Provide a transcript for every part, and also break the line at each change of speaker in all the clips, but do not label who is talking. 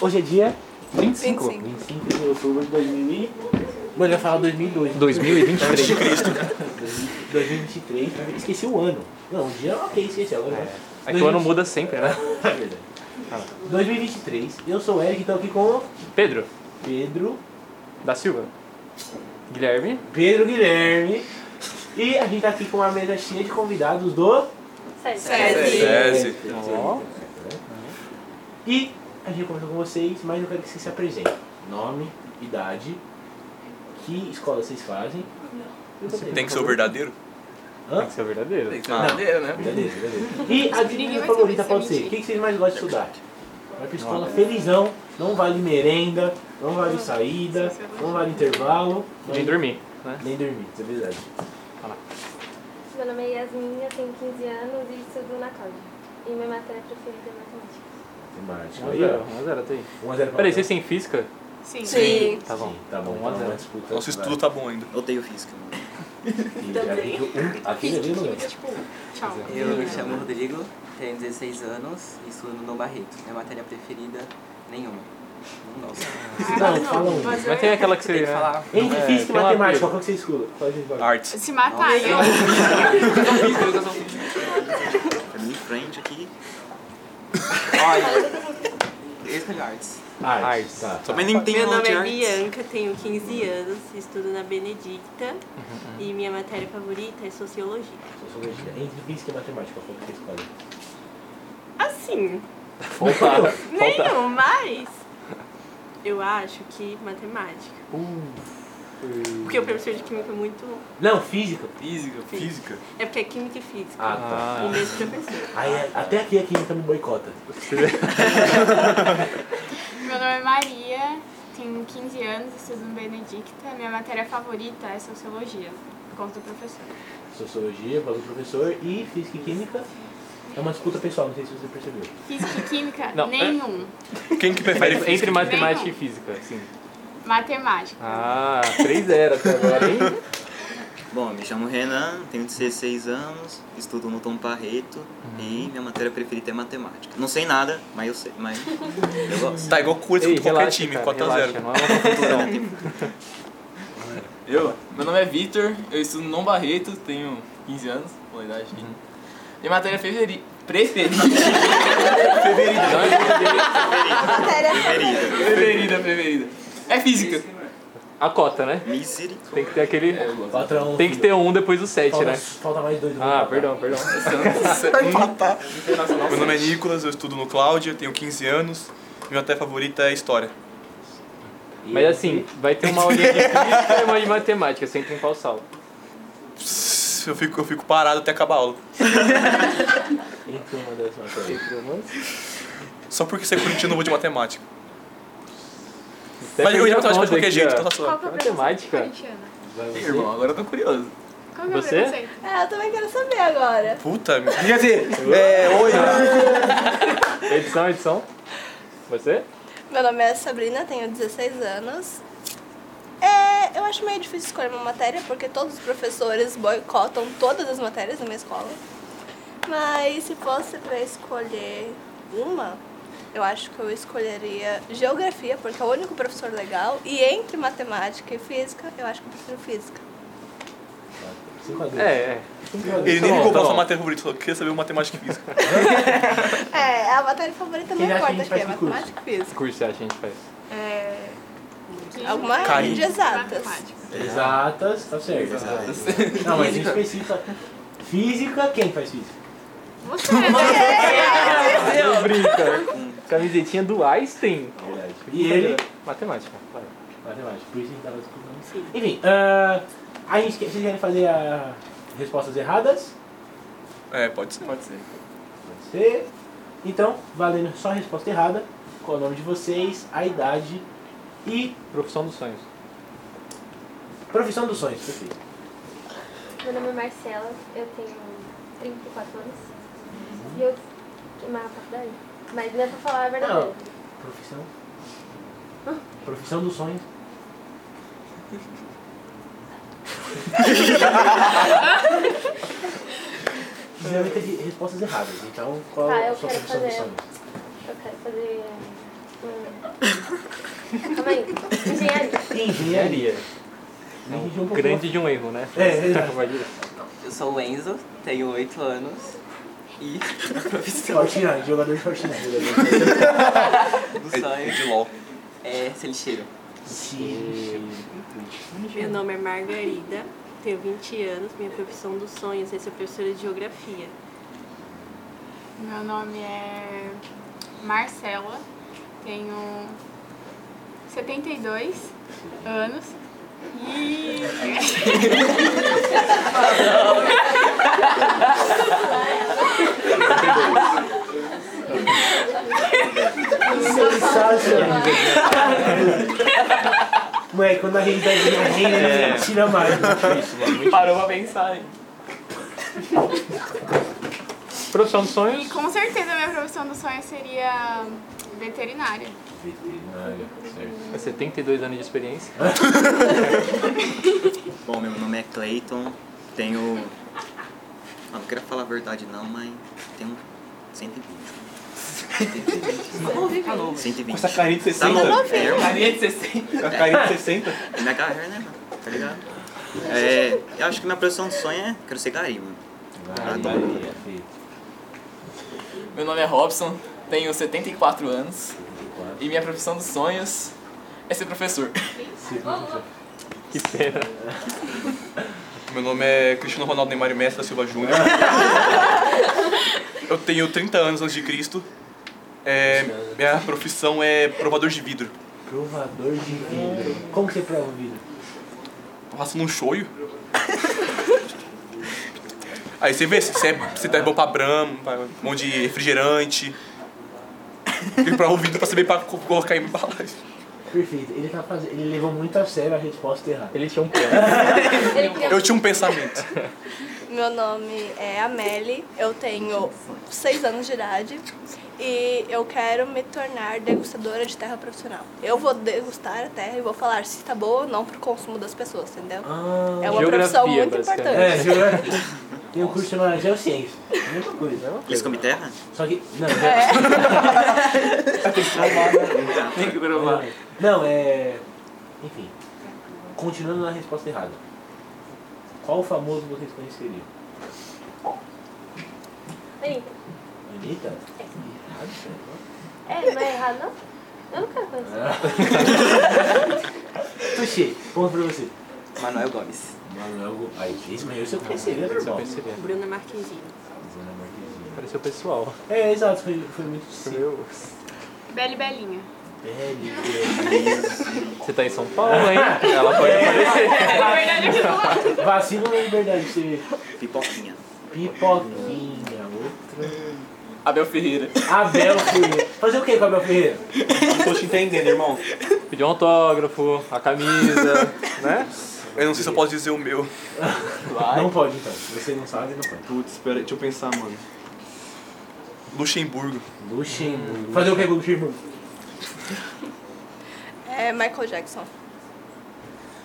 Hoje é dia
25.
25 de outubro de 2000 e... Mano, eu ia falar 2002.
2023.
2023. mas Esqueci o ano. Não, o dia ok, esqueci. Agora
É que o ano muda sempre, né?
É verdade. 2023. Eu sou o Eric, estou aqui com o
Pedro,
Pedro,
da Silva. Guilherme.
Pedro Guilherme. E a gente tá aqui com uma mesa cheia de convidados do...
Sese.
Tese.
Ó.
E a gente começou com vocês, mas eu quero que vocês se apresentem. Nome, idade, que escola vocês fazem.
Tem que ser o verdadeiro?
Tem que ser o verdadeiro.
que ser o verdadeiro, né?
Beleza, beleza. E a
Ninguém
disciplina
vai
favorita
saber se
pra
é
você? O que
mentira.
que vocês mais gostam de estudar? Vai pra escola felizão, não vale merenda, não
Ah,
vale saída, não vale intervalo. não-
De dormir, né?
Nem dormir, isso é verdade.
Meu nome é Yasmin, eu tenho 15 anos e estudo na Cláudia. E minha matéria preferida é matemática.
Temática. Aí,
1x0,
ó.
1x0 até aí.
1 a 0 pra
Peraí,
você.
vocês têm física?
Sim.
Tá bom.
Sim, tá bom,
Um a
então
zero.
uma disputa.
Nosso estudo tá bom ainda.
Odeio física. mano.
Aqui, aqui, aqui não é.
Tipo, tchau.
Eu me chamo Rodrigo, tenho 16 anos e estudo no Dom Barreto. Minha matéria preferida, nenhuma. Nossa.
Não, fala um.
Ah, mas
Mas tem
eu-
aquela que
Tem
você.
que falar.
Entre
É,
física e
tem uma
matemática,
pira.
qual que você escolhe? Qual que você escolhe?
Arte.
Se matar eu.
Pra mim, em frente aqui. Olha. Eu escolhi artes.
Artes.
Tá.
Também nem tem
um
Meu
aula
nome
de
é
artes.
Bianca, tenho 15 anos, estudo na Benedicta
Uhum,
e minha matéria favorita é sociologia.
Sociologia. Entre física e matemática, qual É que você escolhe?
Assim,
Opa! Falta.
nenhum, mas eu acho que matemática.
Uh.
Porque o professor de química é muito.
Não, física.
Física. Física.
É porque é química e física.
Ah, tá.
O
Ah,
mesmo professor.
Aí, é, até aqui a química me boicota.
Meu nome é Maria, tenho 15 anos, estudo no Benedicta. Minha matéria favorita é sociologia, por conta do professor.
Sociologia, voz do professor e física e química. É uma disputa pessoal, não sei se você percebeu.
Física e química,
Não, é-
nenhum.
Quem que prefere
mas
física?
entre matemática e física, sim.
Matemática.
Ah, 3-0 até agora, hein?
Bom, me chamo Renan, tenho 16 anos, estudo no Dom Barreto
Uhum.
e minha matéria preferida é matemática. Não sei nada, mas eu sei, mas eu gosto.
Tá igual coisa
Ei,
com qualquer
relaxa,
time,
cara,
4x0.
relaxa, Não é uma confusão.
Eu? Meu nome é Victor, eu estudo no Barreto, tenho 15 anos, boa idade. aqui.
Uhum.
Minha matéria é preferi preferida,
é
Preferida.
preferida, preferida, é física.
A cota, né?
Misery.
Tem que ter aquele.
É, eu gosto.
Quatro a um,
Tem que
filho.
ter um depois do 7,
falta,
né?
falta mais dois do
Ah,
Boicota.
perdão, perdão.
Vai empatar.
Internacional
Meu nome é Nicolas, eu estudo no Cláudia, tenho 15 anos. Minha matéria favorita é história.
E
Mas assim, vai ter uma aulinha de física e uma de matemática, sempre em qual sala.
Pss, Eu fico, eu fico parado até acabar a aula.
Entre uma das matérias.
Só porque ser corintiano eu vou de matemática. Mas eu ia matemática de qualquer jeito, então tá
Qual
suave.
que é o
Matemática?
preconceito corintiano?
Vai
Ih,
você.
irmão, agora eu tô curioso.
Qual que é o
Você?
preconceito?
É, eu também quero saber agora.
Puta,
Quer
assim.
dizer,
é, oi.
Edição, edição. Você?
Meu nome é Sabrina, tenho 16 anos. É, eu acho meio difícil escolher uma matéria, porque todos os professores boicotam todas as matérias na minha escola. Mas se fosse pra escolher uma, eu acho que eu escolheria geografia, porque é o único professor legal. E entre matemática e física, eu acho que eu prefiro física.
cinco a dois.
É, é.
Ele nem
Tá bom,
me comprou
tá
sua
bom.
matéria favorita, só queria saber o matemática e física.
É, a matéria favorita não
Quem acha que a
importa
gente
aqui, é
faz que curso?
matemática e
Que
física.
curso você acha que a gente faz?
É,
Química,
alguma
Caí.
área de exatas.
Matemática.
Exatas, tá certo. Não, mas em específico. Física, quem faz física?
Você, né?
É.
é
Não brinca. Camisetinha do Einstein.
Na verdade. E ele,
Matemática, claro.
matemática. Por isso a gente tava discutindo. Enfim, ah, a gente, quer- vocês querem fazer as respostas erradas?
É, pode ser.
Pode ser.
Pode ser. Então, valendo só a resposta errada, qual o nome de vocês, a idade e
Profissão dos sonhos.
profissão dos sonhos, perfeito.
Meu nome é Marcela, eu tenho 34 anos. E eu. Que má faculdade? Mas não é pra falar a verdade.
Não. Profissão. Profissão dos sonhos. Geralmente teve respostas erradas, então qual
Tá,
é a
eu
sua
quero
profissão
fazer. Eu quero fazer. hum, Calma aí. Engenharia.
Engenharia.
É um grande de um erro, né?
É, exato.
Eu sou o Enzo, tenho 8 anos e na profissão
Fortnite, jogador de Fortnite.
do sonho
é de LOL.
é ser lixeiro.
Meu nome é Margarida, tenho 20 anos, minha profissão dos sonhos é ser professora de geografia.
Meu nome é Marcela, tenho 72 anos e.
Sensacional. Moleque, quando a gente tá a renda,
É.
é. tira mais. né?
Parou pra pensar, hein?
Profissão dos sonhos?
E com certeza minha profissão do sonho seria veterinária.
É 72 anos de experiência.
Bom, meu nome é Clayton, tenho. Ah, não quero falar a verdade não, mas tenho 120. 120. 120.
Essa carinha de 60.
Tá novo, é,
Carinha de 60.
A carinha de 60.
É minha carreira, né, mano? Tá ligado? É, eu acho que minha profissão de sonho é. Quero ser gari, mano.
Meu nome é Robson, tenho 74 anos e minha profissão dos sonhos é ser professor.
Que pena.
Meu nome é Cristiano Ronaldo Neymar e Mestre da Silva Júnior. Eu tenho 30 anos antes de Cristo. É, minha profissão é provador de vidro.
Provador de vidro. Como que você prova o vidro?
Eu Faço num um shoyu. Aí você vê se se é, se tá bom pra brama, pra um monte de refrigerante. E pra o vidro pra saber pra co- colocar em embalagem.
Perfeito. Ele, tá fazendo, ele levou muito a sério a resposta errada.
Ele tinha um plano.
Eu tinha um pensamento.
Meu nome é Amélie, eu tenho 6 anos de idade e eu quero me tornar degustadora de terra profissional. Eu vou degustar a terra e vou falar se está boa ou não pro consumo das pessoas, entendeu? é uma
Ah, Geografia,
profissão muito
basicamente.
importante.
É, geografia. Tem um curso chamado Geociência. É a mesma coisa, é uma
Eles
coisa.
comem terra?
Só que. Não, é. Tem que provar,
É.
né?
Tem que provar.
Não, é. Enfim. Continuando na resposta errada. Qual famoso vocês conheceriam?
Anitta.
Anitta?
É.
Errado,
É, não é errado, não? Eu não quero conhecer.
né? Tuxê, ponto pra você.
Manuel Gomes.
Manuel. Go- Aí, esse mas esse eu conheceria, né,
Esse eu
irmão?
percebi.
Bruna Marquezine.
Zona Marquezine.
Pareceu pessoal.
É, exato, foi, foi muito difícil.
é Meu.
Bela e Belinha.
Você tá em São Paulo, hein? Ela pode
É
Na verdade, eu sou lá.
Vacilo na liberdade, você vê.
Pipoquinha.
Pipoquinha, outro.
Abel Ferreira.
Abel Ferreira. Fazer o que com Abel Ferreira?
Não tô te entendendo, irmão.
pedir um autógrafo, a camisa, né?
Eu não sei se eu posso dizer o meu.
Não pode então. Se você não sabe, não pode.
Putz, peraí, deixa eu pensar, mano. Luxemburgo.
Luxemburgo. Fazer o que com o Luxemburgo?
É Michael Jackson.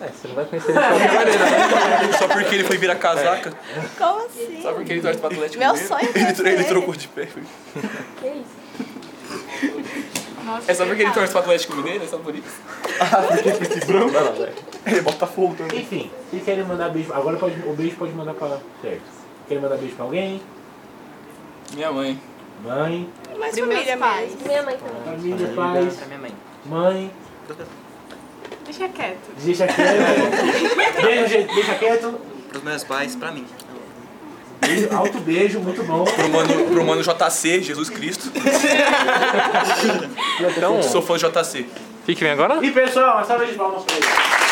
É, você não vai conhecer ele só de maneira.
Só porque ele foi virar casaca,
É.
Como assim?
Só porque ele torce pro Atlético
Meu
Mineiro.
sonho é
ele,
conhecer
ele
ele.
trocou de pé.
Que isso?
Nossa, tá.
É só porque ele
coitado.
torce pro Atlético Mineiro, é só por isso.
Vai lá, vai.
Ele bota fogo também.
Enfim, se querem mandar beijo. Agora pode, o beijo pode mandar pra. Certo. Querem mandar beijo pra alguém?
Minha mãe.
Mãe,
Mas
Pros meus
família
pais.
mesmo.
Minha mãe também.
família, pais,
Pra minha mãe.
mãe.
Deixa quieto.
Deixa quieto. Beijo, gente. Deixa quieto.
Pros meus pais, pra mim.
Beijo, alto beijo, muito bom.
Pro mano, pro mano JC, Jesus Cristo.
Então,
Sou fã do JC.
o que que vem agora?
E pessoal, uma salva de palmas pra ele.